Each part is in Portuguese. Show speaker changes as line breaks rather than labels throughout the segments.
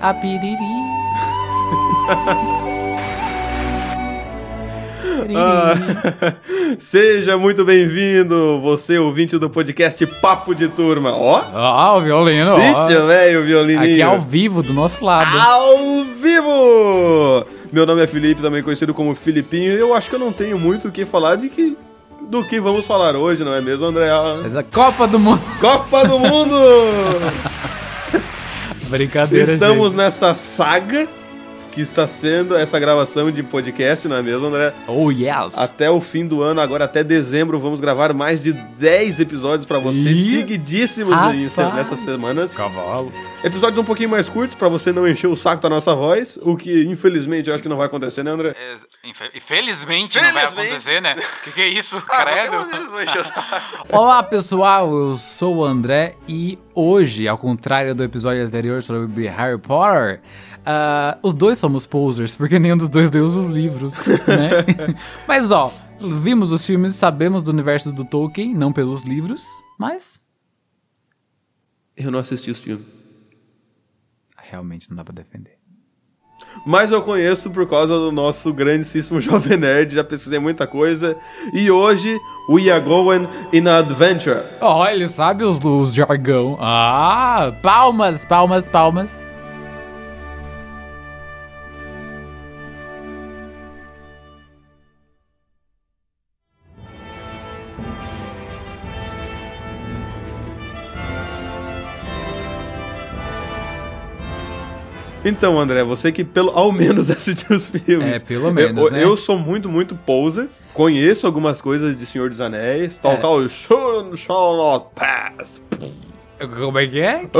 A piriri. piriri.
Ah, seja muito bem-vindo, você ouvinte do podcast Papo de Turma. Ó,
Ó, Ah, o violino,
Christian,
ó.
velho, violininho.
Aqui é ao vivo, do nosso
Ah.
lado.
Ao vivo! Meu nome é Felipe, também conhecido como Filipinho, e eu acho que eu não tenho muito o que falar de que do que vamos falar hoje, não é mesmo, André?
Mas a Copa do Mundo.
Copa do Mundo!
Brincadeira,
Estamos
gente.
nessa saga que está sendo essa gravação de podcast, não é mesmo, André?
Oh, yes.
Até o fim do ano, agora até dezembro, vamos gravar mais de 10 episódios pra vocês,
Ih,
seguidíssimos em se-
rapaz.
nessas semanas.
Cavalo.
Episódios um pouquinho mais curtos pra você não encher o saco da nossa voz, o que infelizmente eu acho que não vai acontecer, né, André?
É, infe- E felizmente não vai
Felizmente.
acontecer, né? Que que é isso,
qualquer um
credo?
deles vai encher o saco.
Olá, pessoal. Eu sou o André e hoje, ao contrário do episódio anterior sobre Harry Potter, ah, os dois somos posers, porque nenhum dos dois leu os livros, né? mas, ó, vimos os filmes, sabemos do universo do Tolkien, não pelos livros, mas
Eu não assisti os filmes.
realmente não dá pra defender.
Mas eu conheço por causa do nosso grandíssimo Jovem Nerd, já pesquisei muita coisa. E hoje, we are going in an adventure.
Ó, ele sabe os, os jargão. Ah, palmas, palmas, palmas.
Então, André, você que pelo ao menos assistiu os filmes.
É, pelo menos,
eu,
né?
Eu sou muito, muito poser. Conheço algumas coisas de Senhor dos Anéis. Tal
É.
qual o Shun Shall Not Pass.
Como é que é?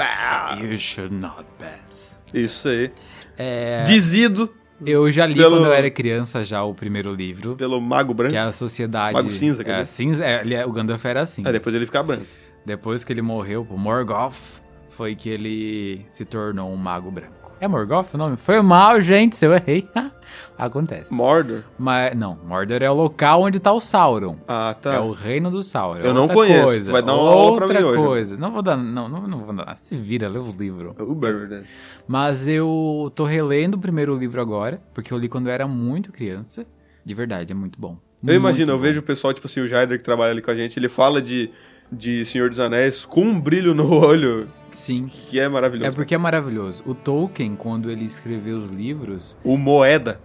Ah!
You should not pass.
Isso aí.
É,
Dizido
eu já li
Pelo-
quando eu era criança já o primeiro livro,
pelo Mago Branco.
que é a sociedade...
Mago Cinza, quer
é,
dizer.
cinza é, ele é- o Gandalf era assim.
Aí depois ele fica branco.
Depois que ele morreu pro Morgoth, foi que ele se tornou um mago branco. É Morgoth o nome? Foi mal, gente, se eu errei. Acontece.
Mordor?
Mas, não, Mordor é o local onde tá o Sauron.
Ah, tá.
É o reino do Sauron.
Eu
é
não
outra
conheço,
Coisa,
tu vai dar uma aula pra
outra
mim hoje.
coisa. Não vou dar, não, não, não vou dar. Se vira, lê os livros.
Uber, né?
Mas eu tô relendo o primeiro livro agora, porque eu li quando eu era muito criança. De verdade, é muito bom.
Eu imagino, eu
Muito bom.
vejo o pessoal, tipo assim, o Jaider que trabalha ali com a gente, ele fala de, de Senhor dos Anéis com um brilho no olho,
Sim.
que é
É
maravilhoso.
porque é maravilhoso. O Tolkien, quando ele escreveu os livros.
O Moeda.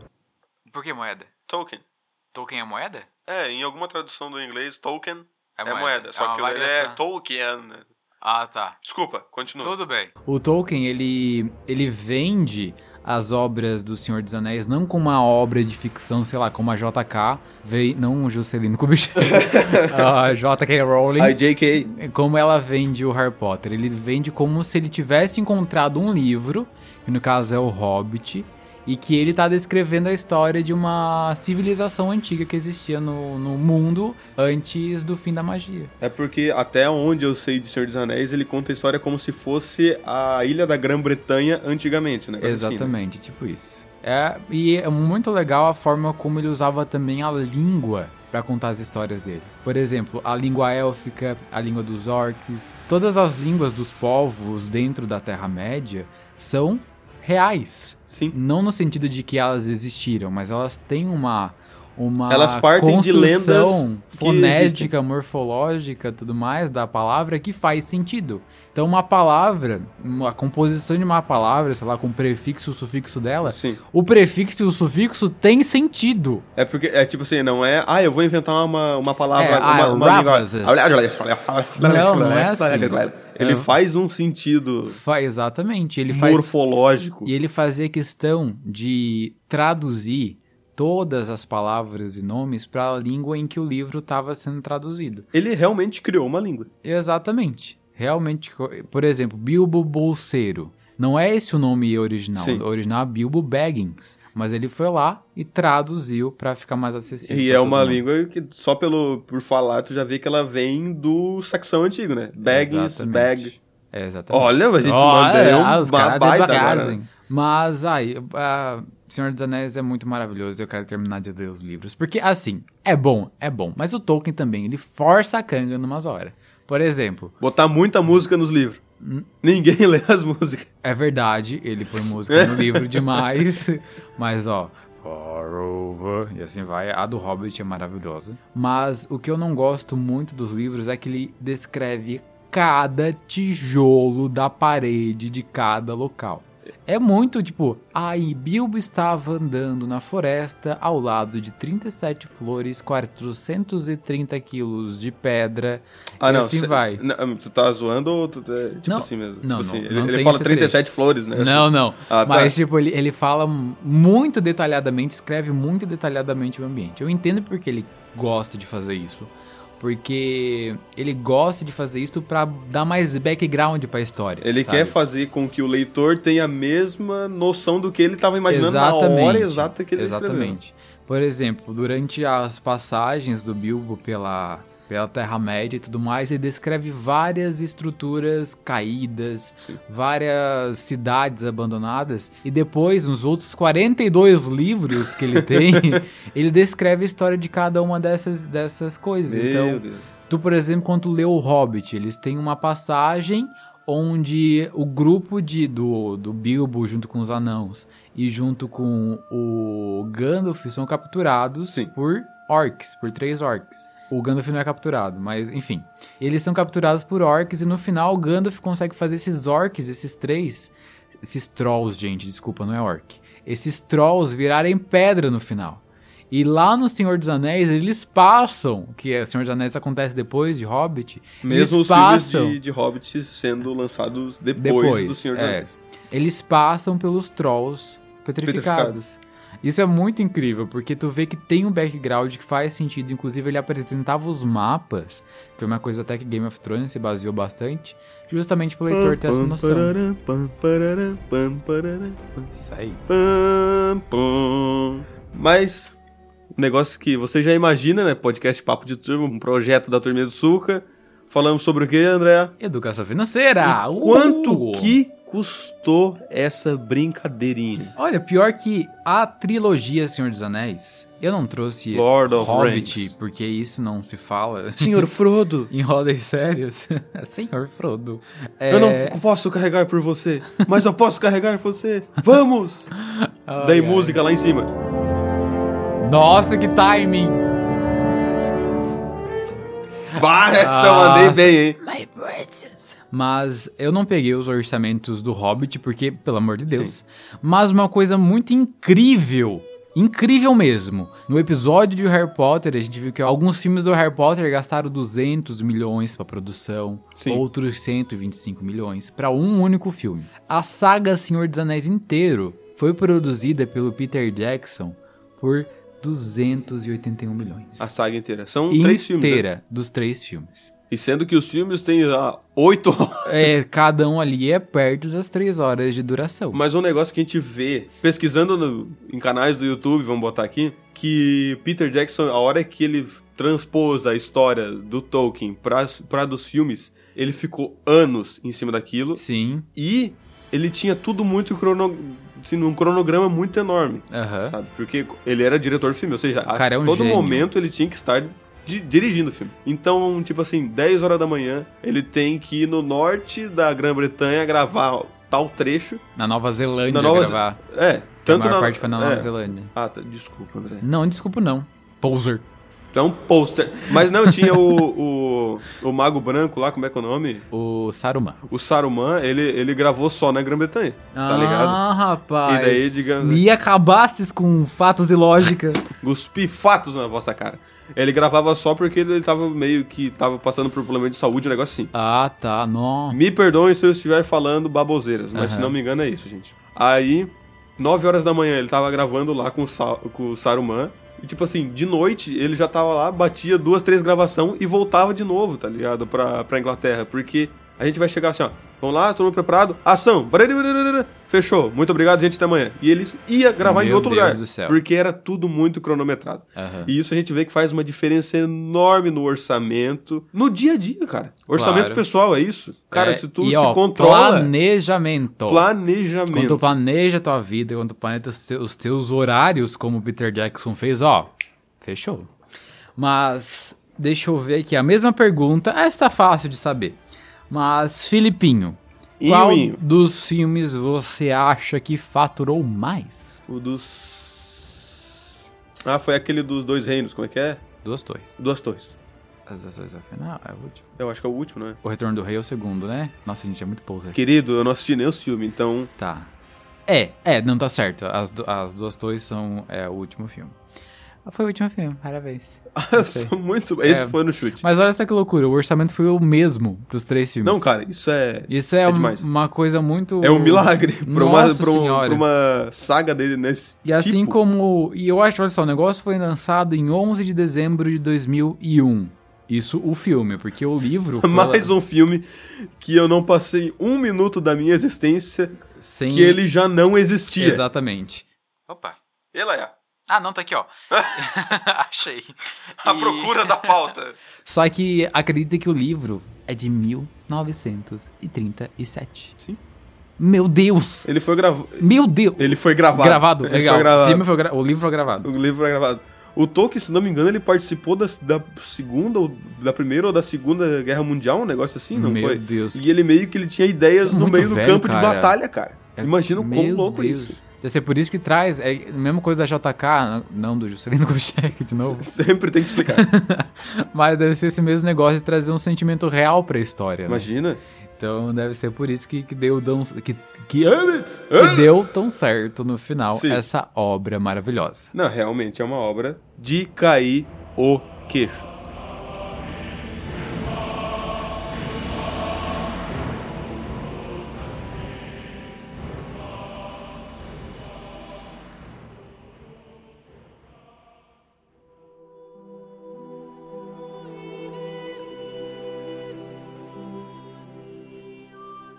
Por que moeda?
Tolkien.
Tolkien é moeda?
É, em alguma tradução do inglês, Tolkien é, moeda. Só que ele é Tolkien. né?
Ah, tá.
Desculpa, continua.
Tudo bem. O Tolkien, ele, ele vende as obras do Senhor dos Anéis não como uma obra de ficção, sei lá, como a JK, vei, não o Juscelino Kubitschek, a JK Rowling,
Aí, JK.
como ela vende o Harry Potter. Ele vende como se ele tivesse encontrado um livro, que no caso é o Hobbit, e que ele tá descrevendo a história de uma civilização antiga que existia no, no mundo antes do fim da magia.
É porque até onde eu sei de Senhor dos Anéis, ele conta a história como se fosse a ilha da Grã-Bretanha antigamente, né?
Exatamente, tipo isso. É, e é muito legal a forma como ele usava também a língua pra contar as histórias dele. Por exemplo, a língua élfica, a língua dos orcs, todas as línguas dos povos dentro da Terra-média são reais.
Sim.
Não no sentido de que elas existiram, mas elas têm uma uma
Elas partem de
construção
lendas que
fonética, morfológica, tudo mais da palavra que faz sentido. Então uma palavra, uma composição de uma palavra, sei lá, com o prefixo e o sufixo dela,
Sim.
o prefixo e o sufixo têm sentido.
É porque, é tipo assim, não é, ah, eu vou inventar uma, uma palavra,
É,
uma,
ah,
uma
ravazes. Não, não é assim.
Ele
É.
faz um sentido
Fa exatamente, ele faz
morfológico.
E ele fazia questão de traduzir todas as palavras e nomes para a língua em que o livro estava sendo traduzido.
Ele realmente criou uma língua.
Exatamente. Realmente, co- por exemplo, Bilbo Bolseiro. Não é esse o nome original.
Sim.
O original é Bilbo Baggins. Mas ele foi lá e traduziu para ficar mais acessível.
E
pra
é
todo
uma
mundo.
língua que só pelo por falar tu já vê que ela vem do saxão antigo, né? Bags,
Exatamente.
bag.
É, exatamente.
Olha, a gente
Ó,
mandou
é, ah,
uma
os caras
baita
devagar,
agora.
hein? Mas aí, a Senhor dos Anéis é muito maravilhoso. Eu quero terminar de ler os livros. Porque, assim, é bom, é bom. Mas o Tolkien também, ele força a canga numas horas. Por exemplo,
Botar muita música nos livros.
Hum.
Ninguém lê as músicas.
É verdade, ele põe música no livro demais, mas ó. Far over, e assim vai. A do Hobbit é maravilhosa. Mas o que eu não gosto muito dos livros é que ele descreve cada tijolo da parede de cada local. É muito tipo, aí Bilbo estava andando na floresta ao lado de 37 flores, 430 quilos de pedra, e assim
cê-
vai.
cê- Ah, não, tu tá zoando ou tu tá, tipo
Não,
assim mesmo?
não,
tipo assim,
não,
ele,
não
ele
tem
fala
esse
37 flores, né?
Não, não.
Ah, tá.
Mas, tipo, ele, ele fala muito detalhadamente, escreve muito detalhadamente o ambiente. Eu entendo porque ele gosta de fazer isso. Porque ele gosta de fazer isso pra dar mais background pra história.
Ele
sabe?
quer fazer com que o leitor tenha a mesma noção do que ele tava imaginando na hora exata que ele escreveu.
Exatamente. Por exemplo, durante as passagens do Bilbo pela, pela Terra-média e tudo mais, ele descreve várias estruturas caídas,
Sim.
várias cidades abandonadas, e depois, nos outros 42 livros que ele tem, ele descreve a história de cada uma dessas, dessas coisas.
Meu
então,
Deus.
Tu, por exemplo, quando lê o Hobbit, eles têm uma passagem onde o grupo de, do, do Bilbo junto com os anãos e junto com o Gandalf são capturados
Sim.
por orcs, por três orcs. O Gandalf não é capturado, mas enfim. Eles são capturados por orcs e no final o Gandalf consegue fazer esses orcs, esses três, esses trolls, gente, desculpa, não é orc. Esses trolls virarem pedra no final. E lá no Senhor dos Anéis, eles passam, que é Senhor dos Anéis acontece depois de Hobbit,
Mesmo
eles
os
passam,
filmes de, de Hobbit sendo lançados depois,
Depois,
do Senhor dos
é.
Anéis.
eles passam pelos trolls petrificados. Isso é muito incrível, porque tu vê que tem um background que faz sentido, inclusive ele apresentava os mapas, que é uma coisa até que Game of Thrones se baseou bastante, justamente pro leitor ter essa
Pam,
noção.
pararam, pam, pararam, pam, pararam, pam,
Isso aí.
pam, pam. Mas, um negócio que você já imagina, né? Podcast Papo de Turma, um projeto da Turminha do Sulca. Falamos sobre o que, André?
Educação financeira!
E Quanto
uh!
que custou essa brincadeirinha?
Olha, pior que a trilogia Senhor dos Anéis, eu não trouxe
Lord of
Hobbit,
Rings.
porque isso não se fala
Senhor Frodo,
em rodas sérias. Senhor Frodo. É,
eu não posso carregar por você, mas eu posso carregar você. Vamos!
ai,
Daí
ai.
música lá em cima.
Nossa, que timing!
Bah, essa eu
Ah.
mandei bem, hein?
My precious. Mas eu não peguei os orçamentos do Hobbit, porque, pelo amor de Deus. Mas uma coisa muito incrível. Incrível mesmo. No episódio de Harry Potter, a gente viu que alguns filmes do Harry Potter gastaram 200 milhões pra produção,
Sim.
outros 125 milhões pra um único filme. A saga Senhor dos Anéis inteiro foi produzida pelo Peter Jackson por 281 milhões.
A saga inteira. Ah, São três filmes. né?
inteira dos três filmes.
E sendo que os filmes têm ah, oito horas.
É, cada um ali é perto das três horas de duração.
Mas um negócio que a gente vê, pesquisando no- em canais do YouTube, vamos botar aqui, que Peter Jackson, a hora que ele transpôs a história do Tolkien pra, pra dos filmes, ele ficou anos em cima daquilo.
Sim,
E ele tinha tudo muito crono, assim, num cronograma muito enorme.
aham.
Sabe? Porque ele era diretor de filme, ou seja, a
cara é um
todo
gênio.
momento ele tinha que estar di- dirigindo o filme. Então, tipo assim, 10 horas da manhã, ele tem que ir no norte da Grã-Bretanha gravar tal trecho.
Na Nova Zelândia
Na Nova
gravar. que
É, tanto
a maior
na
parte foi na Nova
é.
Zelândia.
Ah, tá, desculpa, André.
Não, desculpa não. Poser.
É um pôster. Mas não, tinha o, o, o Mago Branco lá, como é que é o nome?
O Saruman.
O Saruman, ele, ele gravou só na Grã-Bretanha, tá ligado?
Ah, rapaz.
E daí, digamos- assim.
E acabasses com fatos e lógica.
Guspi fatos na vossa cara. Ele gravava só porque ele, ele tava meio que tava passando por problema de saúde, um negócio assim.
ah, tá. Não.
Me perdoem se eu estiver falando baboseiras, mas
Aham.
se não me engano é isso, gente. Aí, 9 horas da manhã, ele tava gravando lá com o, Sa- com o Saruman. E, tipo assim, de noite, ele já tava lá, batia duas, três gravação e voltava de novo, tá ligado? Pra, pra Inglaterra. Porque a gente vai chegar assim, ó. Vamos lá, todo mundo preparado? Ação! Fechou. Muito obrigado, gente. Até amanhã. E ele ia gravar em
Meu
outro
Deus
lugar.
do céu.
Porque era tudo muito cronometrado.
Aham.
E isso a gente vê que faz uma diferença enorme no orçamento, no dia a dia, cara. Orçamento
Claro.
pessoal é isso. Cara,
É,
se tu
e,
se
ó,
controla,
Planejamento. Quando
planejamento.
tu planeja a tua vida, quando tu planeja os teus, os teus horários, como o Peter Jackson fez, ó, fechou. Mas, ah, deixa eu ver aqui, a mesma pergunta, essa tá fácil de saber. Mas, Filipinho,
Inho,
Qual
inho.
dos filmes você acha que faturou mais?
O dos. Ah, foi aquele dos dois reinos, como é que é?
Duas torres.
Duas torres.
As duas torres afinal, é o último.
Eu acho que é o último, né?
O Retorno do Rei é o segundo, né? Nossa, gente, é muito poser.
Querido, eu não assisti nem os filmes, então.
Tá. É, é, não tá certo. As, du- as duas torres são é, o último filme. Ah, Foi o último filme, parabéns.
eu sou muito. Esse
É.
foi no chute.
Mas olha só que loucura, o orçamento foi o mesmo dos três filmes.
Não, cara, isso é.
Isso é, um-
demais.
uma coisa muito.
É um milagre pra uma,
Nossa
pra um-
Senhora.
pra uma saga dele nesse
E assim
tipo.
como. E eu acho, olha só, o negócio foi lançado em 11 de dezembro de 2001. Isso, o filme, porque o livro. Foi
Mais um filme que eu não passei um minuto da minha existência
sem...
que ele já não existia.
Exatamente. Opa.
Ela é
Ah, não, tá aqui, ó. Achei.
a
E-
procura da pauta.
Só que acredita que o livro é de 1937.
Sim.
Meu Deus!
Ele foi gravado.
Meu Deus!
Ele foi gravado.
Gravado,
Ele
legal.
Foi gravado.
O, filme foi gra- o livro foi gravado.
O livro foi gravado. O Tolkien, se não me engano, ele participou da, da segunda, ou da primeira ou da segunda guerra mundial, um negócio assim, não
Meu
foi?
Deus.
E ele meio que ele tinha ideias
É
no
muito
meio do
velho,
campo de
cara. É-
batalha, cara. Imagina o quão
Meu
louco
Deus.
isso.
Deve ser por isso que traz. É a mesma coisa da JK, não do Juscelino Kubitschek de novo.
Sempre tem que explicar.
mas deve ser esse mesmo negócio de trazer um sentimento real pra história. né?
Imagina.
Então deve ser por isso que, que deu tão. Que, que, que deu tão certo no final
Sim.
essa obra maravilhosa.
Não, realmente é uma obra de cair o queixo.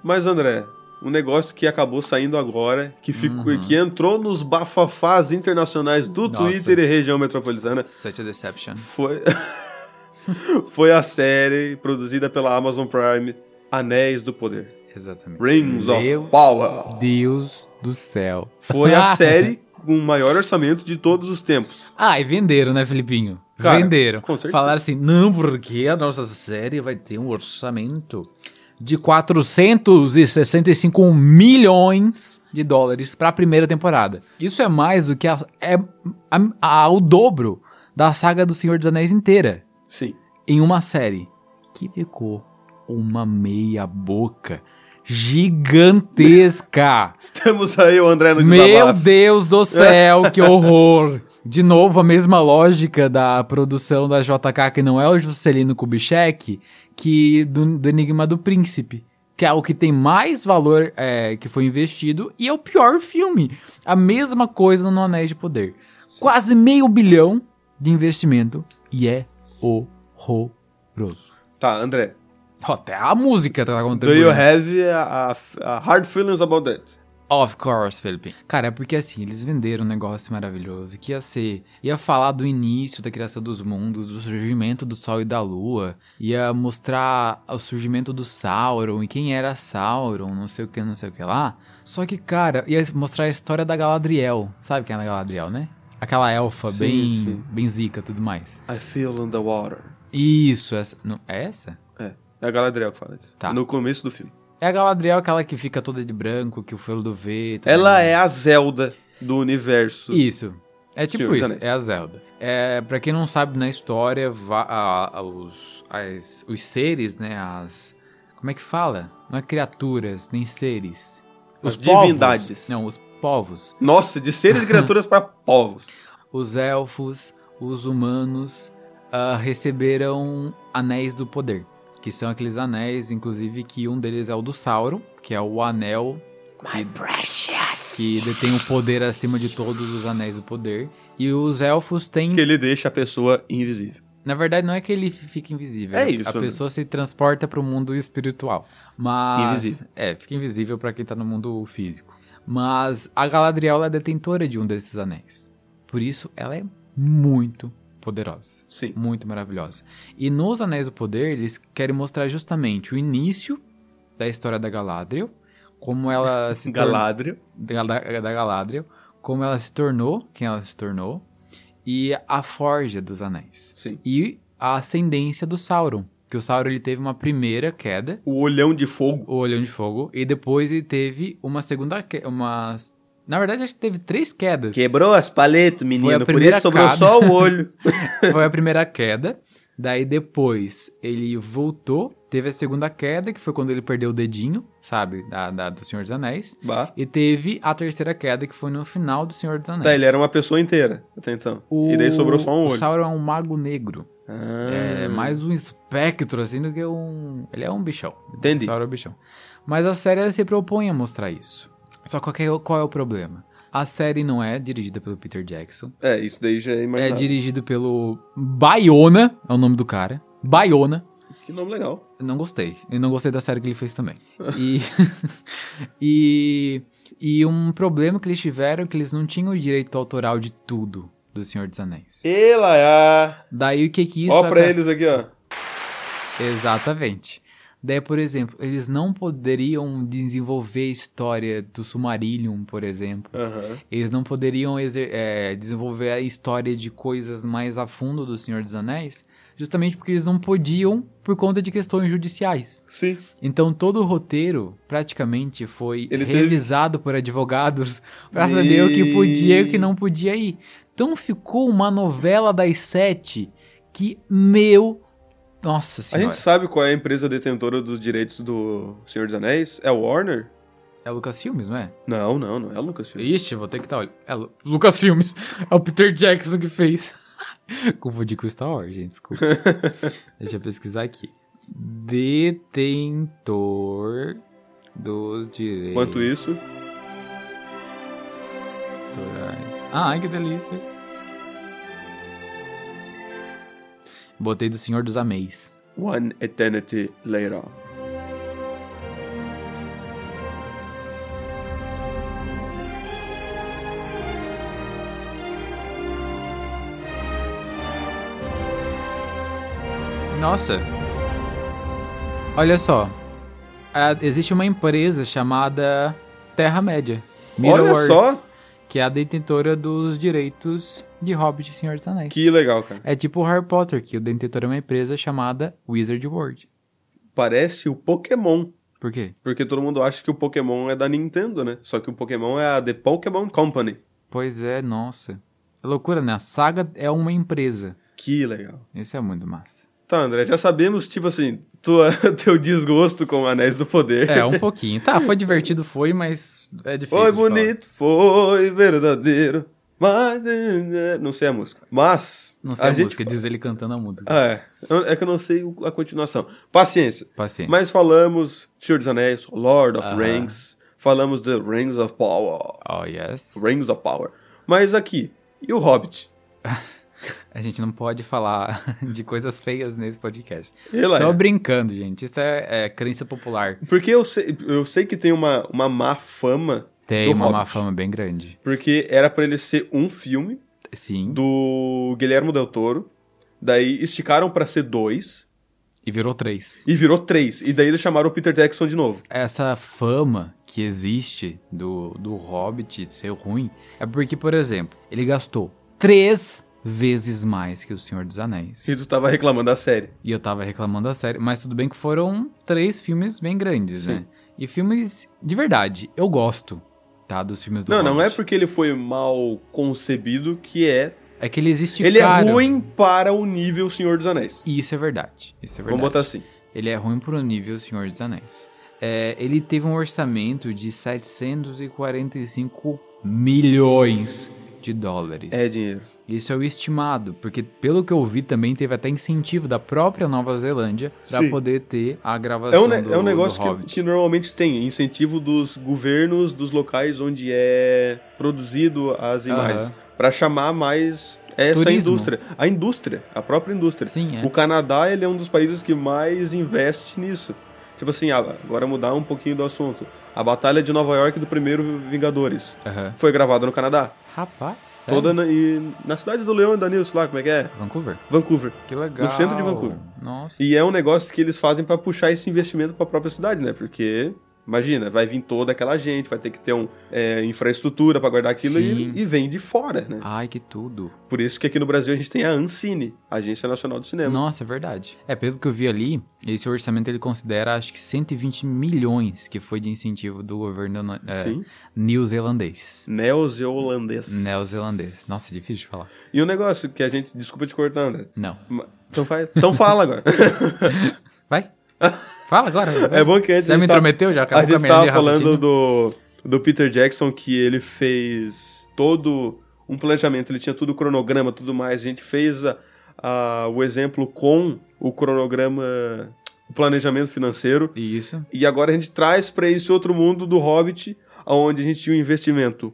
Mas André, um negócio que acabou saindo agora, que ficou, que entrou nos bafafás internacionais do
Uhum. Nossa.
Twitter e região metropolitana,
Such a deception.
foi foi a série produzida pela Amazon Prime, Anéis do Poder,
Exatamente.
Rings
Meu
of Power.
Deus do céu.
Foi a série com o maior orçamento de todos os tempos.
Ah, e venderam, né, Felipinho?
Cara,
venderam.
com certeza.
Falaram assim, não, porque a nossa série vai ter um orçamento de 465 milhões de dólares pra primeira temporada. Isso é mais do que a- é a- a- o dobro da saga do Senhor dos Anéis inteira
Sim.
em uma série que ficou uma meia boca gigantesca.
Estamos aí, o André no
Meu
desabafo.
Deus do céu, que horror! De novo, a mesma lógica da produção da JK, que não é o Juscelino Kubitschek, que do, do Enigma do Príncipe. Que é o que tem mais valor é, que foi investido e é o pior filme. A mesma coisa no Anéis de Poder. Quase meio bilhão de investimento e é horroroso.
Tá, André.
Ó, Até a música tá
Do
contribuindo.
you have a, a- a hard feelings about that?
Of course, Felipe. Cara, é porque assim, eles venderam um negócio maravilhoso que ia ser. Ia falar do início da criação dos mundos, do surgimento do Sol e da Lua, ia mostrar o surgimento do Sauron e quem era Sauron, não sei o que, não sei o que lá. Só que, cara, ia mostrar a história da Galadriel. Sabe quem é a Galadriel, né? Aquela elfa
Sim,
bem,
sim.
bem zica e tudo mais.
I feel underwater.
Isso, essa. Não, é essa?
É, é a Galadriel que fala isso.
Tá.
No começo do filme.
É a Galadriel, aquela que fica toda de branco, que o Frodo vê. e tudo
Ela
mais.
é a Zelda do universo.
Isso. É tipo
Senhor dos
isso,
Anéis.
é a Zelda. É, para quem não sabe, na história, va- a- a- os, as- os seres, né, as... Como é que fala? Não é criaturas, nem seres.
As
Os povos.
divindades.
Não, os povos.
Nossa, de seres e criaturas pra povos.
Os elfos, os humanos, ah, receberam anéis do poder. Que são aqueles anéis, inclusive, que um deles é o do Sauron, que é o anel
My precious.
que detém o poder acima de todos os anéis do poder. E os elfos têm
Que ele deixa a pessoa invisível.
Na verdade, não é que ele f- fica invisível.
É
né?
isso,
A
né?
pessoa se transporta pro mundo espiritual. Mas.
Invisível.
É, fica invisível pra quem tá no mundo físico. Mas a Galadriel ela é detentora de um desses anéis. Por isso, ela é muito poderosa.
Sim.
Muito maravilhosa. E nos Anéis do Poder, eles querem mostrar justamente o início da história da Galadriel, como ela se tornou
Galadriel.
da, da- da Galadriel, como ela se tornou, quem ela se tornou, e a forja dos anéis.
Sim.
E a ascendência do Sauron. Que o Sauron ele teve uma primeira queda,
O olhão de fogo.
o Olhão de Fogo, e depois ele teve uma segunda queda. Uma... Na verdade, acho que teve três quedas.
Quebrou as paletas,
Foi a
menino. Por
primeira
isso sobrou
cara.
só o olho.
Foi a primeira queda. Daí depois ele voltou, teve a segunda queda, que foi quando ele perdeu o dedinho, sabe? Da, da- do Senhor dos Anéis.
Bah.
E teve a terceira queda, que foi no final do Senhor dos Anéis.
Tá, ele era uma pessoa inteira, até então. E daí sobrou só um
O
olho.
Sauron é um mago negro.
Ah,
É
Hum.
mais um espectro, assim, do que um. Ele é um bichão.
Entendi.
Sauron é um bichão. Mas a série ela se propõe a mostrar isso. Só qual, que é, o- qual é o problema? A série não é dirigida pelo Peter Jackson.
É, isso daí já é
É
imaginável.
dirigido pelo Bayona, é o nome do cara. Bayona.
Que nome legal.
Não gostei. Eu não gostei da série que ele fez também. E, e, e um problema que eles tiveram é que eles não tinham o direito autoral de tudo do Senhor dos Anéis.
Ela é.
Daí o que que isso...
ó pra
aca-
eles aqui, ó.
Exatamente. Daí, por exemplo, eles não poderiam desenvolver a história do Sumarillion, por exemplo.
Aham.
Eles não poderiam exer- eh, desenvolver a história de coisas mais a fundo do Senhor dos Anéis, justamente porque eles não podiam por conta de questões judiciais.
Sim.
Então todo o roteiro praticamente foi
Ele teve-
revisado por advogados pra saber o que podia e o que não podia ir. Então ficou uma novela das sete que meu nossa
A
senhora.
gente sabe qual é a empresa detentora dos direitos do Senhor dos Anéis? É Warner?
É Lucas Filmes, não é?
Não, não, não é Lucasfilm.
Ixi, vou ter que estar olhando. É Lu- Lucas Filmes. É o Peter Jackson que fez. Confundi com Star Wars, gente. Desculpa. Deixa eu pesquisar aqui. Detentor dos direitos.
Enquanto isso,
autorais. Ai, que delícia. Botei do Senhor dos Anéis.
One Eternity Later.
Nossa. Olha só. Ah, existe uma empresa chamada Terra-média.
Olha
Middle-earth.
só
que é a detentora dos direitos de Hobbit e Senhor dos Anéis.
que legal, cara.
É tipo o Harry Potter, que o detentor é uma empresa chamada Wizard World.
Parece o Pokémon.
Por quê?
Porque todo mundo acha que o Pokémon é da Nintendo, né? Só que o Pokémon é a The Pokémon Company.
Pois é, nossa. É loucura, né? A saga é uma empresa.
Que legal.
Isso é muito massa.
Tá, André, já sabemos, tipo assim, tua, teu desgosto com Anéis do Poder.
É, um pouquinho. Tá, foi divertido, foi, mas é difícil.
Foi
de falar.
bonito, foi verdadeiro, mas... né, Não sei a música. Mas...
Não sei a,
gente...
música, diz ele cantando a música.
Ah, é. Eu- É que eu não sei o- a continuação. Paciência.
Paciência.
Mas falamos Senhor dos Anéis, Lord of
Aham.
Rings, falamos The Rings of Power.
Oh, yes.
Rings of Power. Mas aqui, e o Hobbit?
A gente não pode falar de coisas feias nesse podcast.
Ela
Tô
é.
brincando, gente. Isso é, é crença popular.
Porque eu sei, eu sei que tem uma, uma má fama,
Tem
Do
uma má
Hobbit.
fama bem grande.
porque era pra ele ser um filme
Sim.
do Guilherme Del Toro, daí esticaram pra ser dois,
E virou três.
e virou três, e daí eles chamaram o Peter Jackson de novo.
essa fama que existe do, do Hobbit ser ruim é porque, por exemplo, ele gastou três vezes mais que o Senhor dos Anéis.
E tu tava reclamando da série.
E eu tava reclamando da série, mas tudo bem que foram três filmes bem grandes,
Sim.
né? E filmes de verdade, eu gosto, tá? Dos filmes do
não, não é
Hobbit.
porque ele foi mal concebido que é...
É que eles esticaram.
Ele é ruim para o nível Senhor dos Anéis.
E isso é verdade. Isso é verdade.
Vamos botar assim.
Ele é ruim pro nível Senhor dos Anéis. É, ele teve um orçamento de 745 milhões de dólares.
É dinheiro.
Isso é o estimado, porque pelo que eu vi também teve até incentivo da própria Nova Zelândia pra
Sim.
poder ter a gravação
É um, ne-
do,
é um negócio
do
que,
Hobbit.
que normalmente tem, incentivo dos governos, dos locais onde é produzido as
Aham.
imagens, Pra chamar mais essa
Turismo.
indústria. A indústria, a própria indústria.
Sim, é.
O Canadá, ele é um dos países que mais investe nisso. Tipo assim, ah, agora mudar um pouquinho do assunto. A Batalha de Nova York do primeiro Vingadores
Aham.
foi gravada no Canadá.
Rapaz, sério?
Toda na, e na cidade do Leão e da Nilce lá, como é que é?
Vancouver?
Vancouver.
Que legal.
No centro de Vancouver.
Nossa.
E é um negócio que eles fazem pra puxar esse investimento pra própria cidade, né? Porque Imagina, vai vir toda aquela gente, vai ter que ter um, é, infraestrutura pra guardar aquilo
Sim.
e, e vem de fora, né?
Ai, que tudo.
Por isso que aqui no Brasil a gente tem a Ancine, Agência Nacional do Cinema.
Nossa, é verdade. É, pelo que eu vi ali, esse orçamento ele considera acho que 120 milhões que foi de incentivo do governo eh,
Sim.
neozelandês.
Neozelandês.
Neozelandês. Nossa, é difícil de falar.
E o negócio que a gente. Desculpa te cortar, André.
Não.
Ma- Então, faz... então fala agora.
Vai. Fala agora. vai.
é bom que antes.
Já
a
me
gente tava-
intrometeu, já
A
acabou com a
gente
minha linha
tava
de raciocínio.
falando do, do Peter Jackson que ele fez todo um planejamento, ele tinha tudo o cronograma, tudo mais. A gente fez a- a- o exemplo com o cronograma, o planejamento financeiro.
Isso.
E agora a gente traz pra esse outro mundo do Hobbit, onde a gente tinha um investimento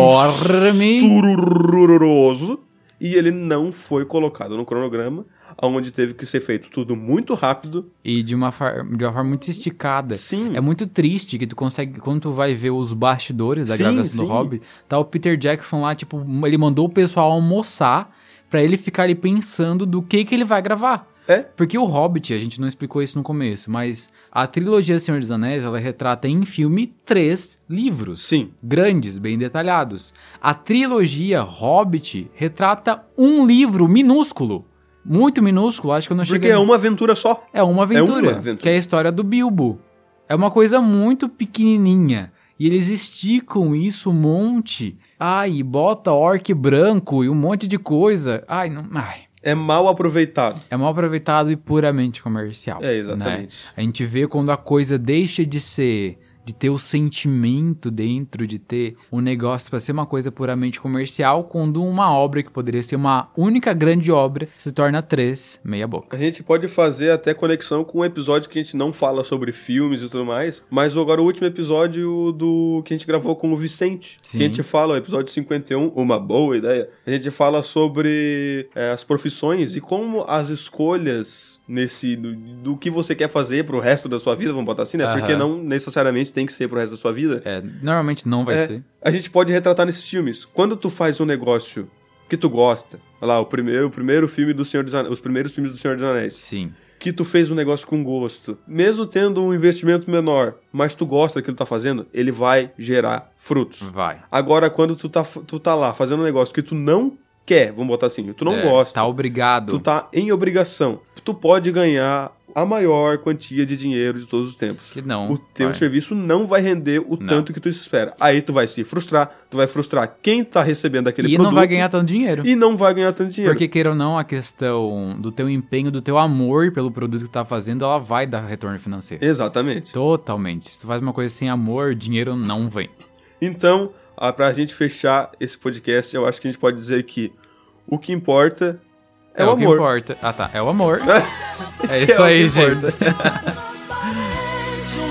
Enorme.
monstruoso e ele não foi colocado no cronograma, onde teve que ser feito tudo muito rápido.
E de uma, far- de uma forma muito esticada.
Sim.
É muito triste que tu consegue, quando tu vai ver os bastidores da
Sim,
gravação do
sim.
Hobbit, tá o Peter Jackson lá, tipo, ele mandou o pessoal almoçar pra ele ficar ali pensando do que que ele vai gravar.
É.
Porque o Hobbit, a gente não explicou isso no começo, mas a trilogia Senhor dos Anéis, ela retrata em filme três livros
Sim.
grandes, bem detalhados. A trilogia Hobbit retrata um livro minúsculo, muito minúsculo, acho que eu não
Porque
cheguei.
é uma aventura só.
É uma aventura,
É uma aventura.
que é a história do Bilbo. É uma coisa muito pequenininha. E eles esticam isso um monte. Ai, bota orc branco e um monte de coisa. Ai, não, ai.
É mal aproveitado.
É mal aproveitado e puramente comercial.
É,
né?
exatamente.
A gente vê quando a coisa deixa de ser, de ter o sentimento dentro, de ter um negócio para ser uma coisa puramente comercial, quando uma obra que poderia ser uma única grande obra se torna três, meia boca.
A gente pode fazer até conexão com um episódio que a gente não fala sobre filmes e tudo mais, mas agora o último episódio do que a gente gravou com o Vicente,
Sim.
que a gente fala, o episódio 51, uma boa ideia. A gente fala sobre é, as profissões e como as escolhas nesse do, do que você quer fazer pro resto da sua vida, vamos botar assim, né?
Aham.
Porque não necessariamente tem que ser pro resto da sua vida.
É, normalmente não vai
É.
ser.
a gente pode retratar nesses filmes. Quando tu faz um negócio que tu gosta, olha lá, o primeiro, o primeiro filme do Senhor dos Anéis, os primeiros filmes do Senhor dos Anéis,
Sim.
que tu fez um negócio com gosto, mesmo tendo um investimento menor, mas tu gosta daquilo que tu tá fazendo, ele vai gerar frutos.
Vai.
Agora, quando tu tá, f- tu tá lá fazendo um negócio que tu não quer, vamos botar assim, tu não
É,
gosta,
Tá obrigado.
tu tá em obrigação, tu pode ganhar a maior quantia de dinheiro de todos os tempos
Que não.
o teu
vai.
serviço não vai render o
Não.
tanto que tu espera. Aí tu vai se frustrar, tu vai frustrar quem tá recebendo aquele
E
produto
não vai ganhar tanto dinheiro.
e não vai ganhar tanto dinheiro.
Porque, queira ou não, a questão do teu empenho, do teu amor pelo produto que tu tá fazendo, ela vai dar retorno financeiro.
Exatamente.
Então- Totalmente. Se tu faz uma coisa sem amor, dinheiro não vem.
Então, ah, pra gente fechar esse podcast, eu acho que a gente pode dizer que o que importa é, o
que
amor.
importa. Ah, tá. É o amor. é isso
o
aí,
que
gente.
Um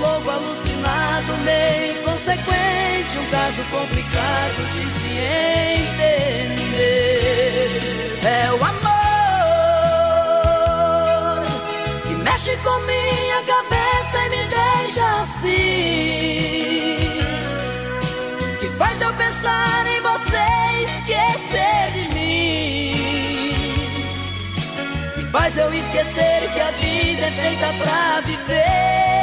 louco alucinado, meio inconsequente, um caso complicado de se entender. É o amor que mexe com minha cabeça e me deixa assim. Que faz eu pensar em você e esquecer de mim. E faz eu esquecer que a vida é feita pra viver. É um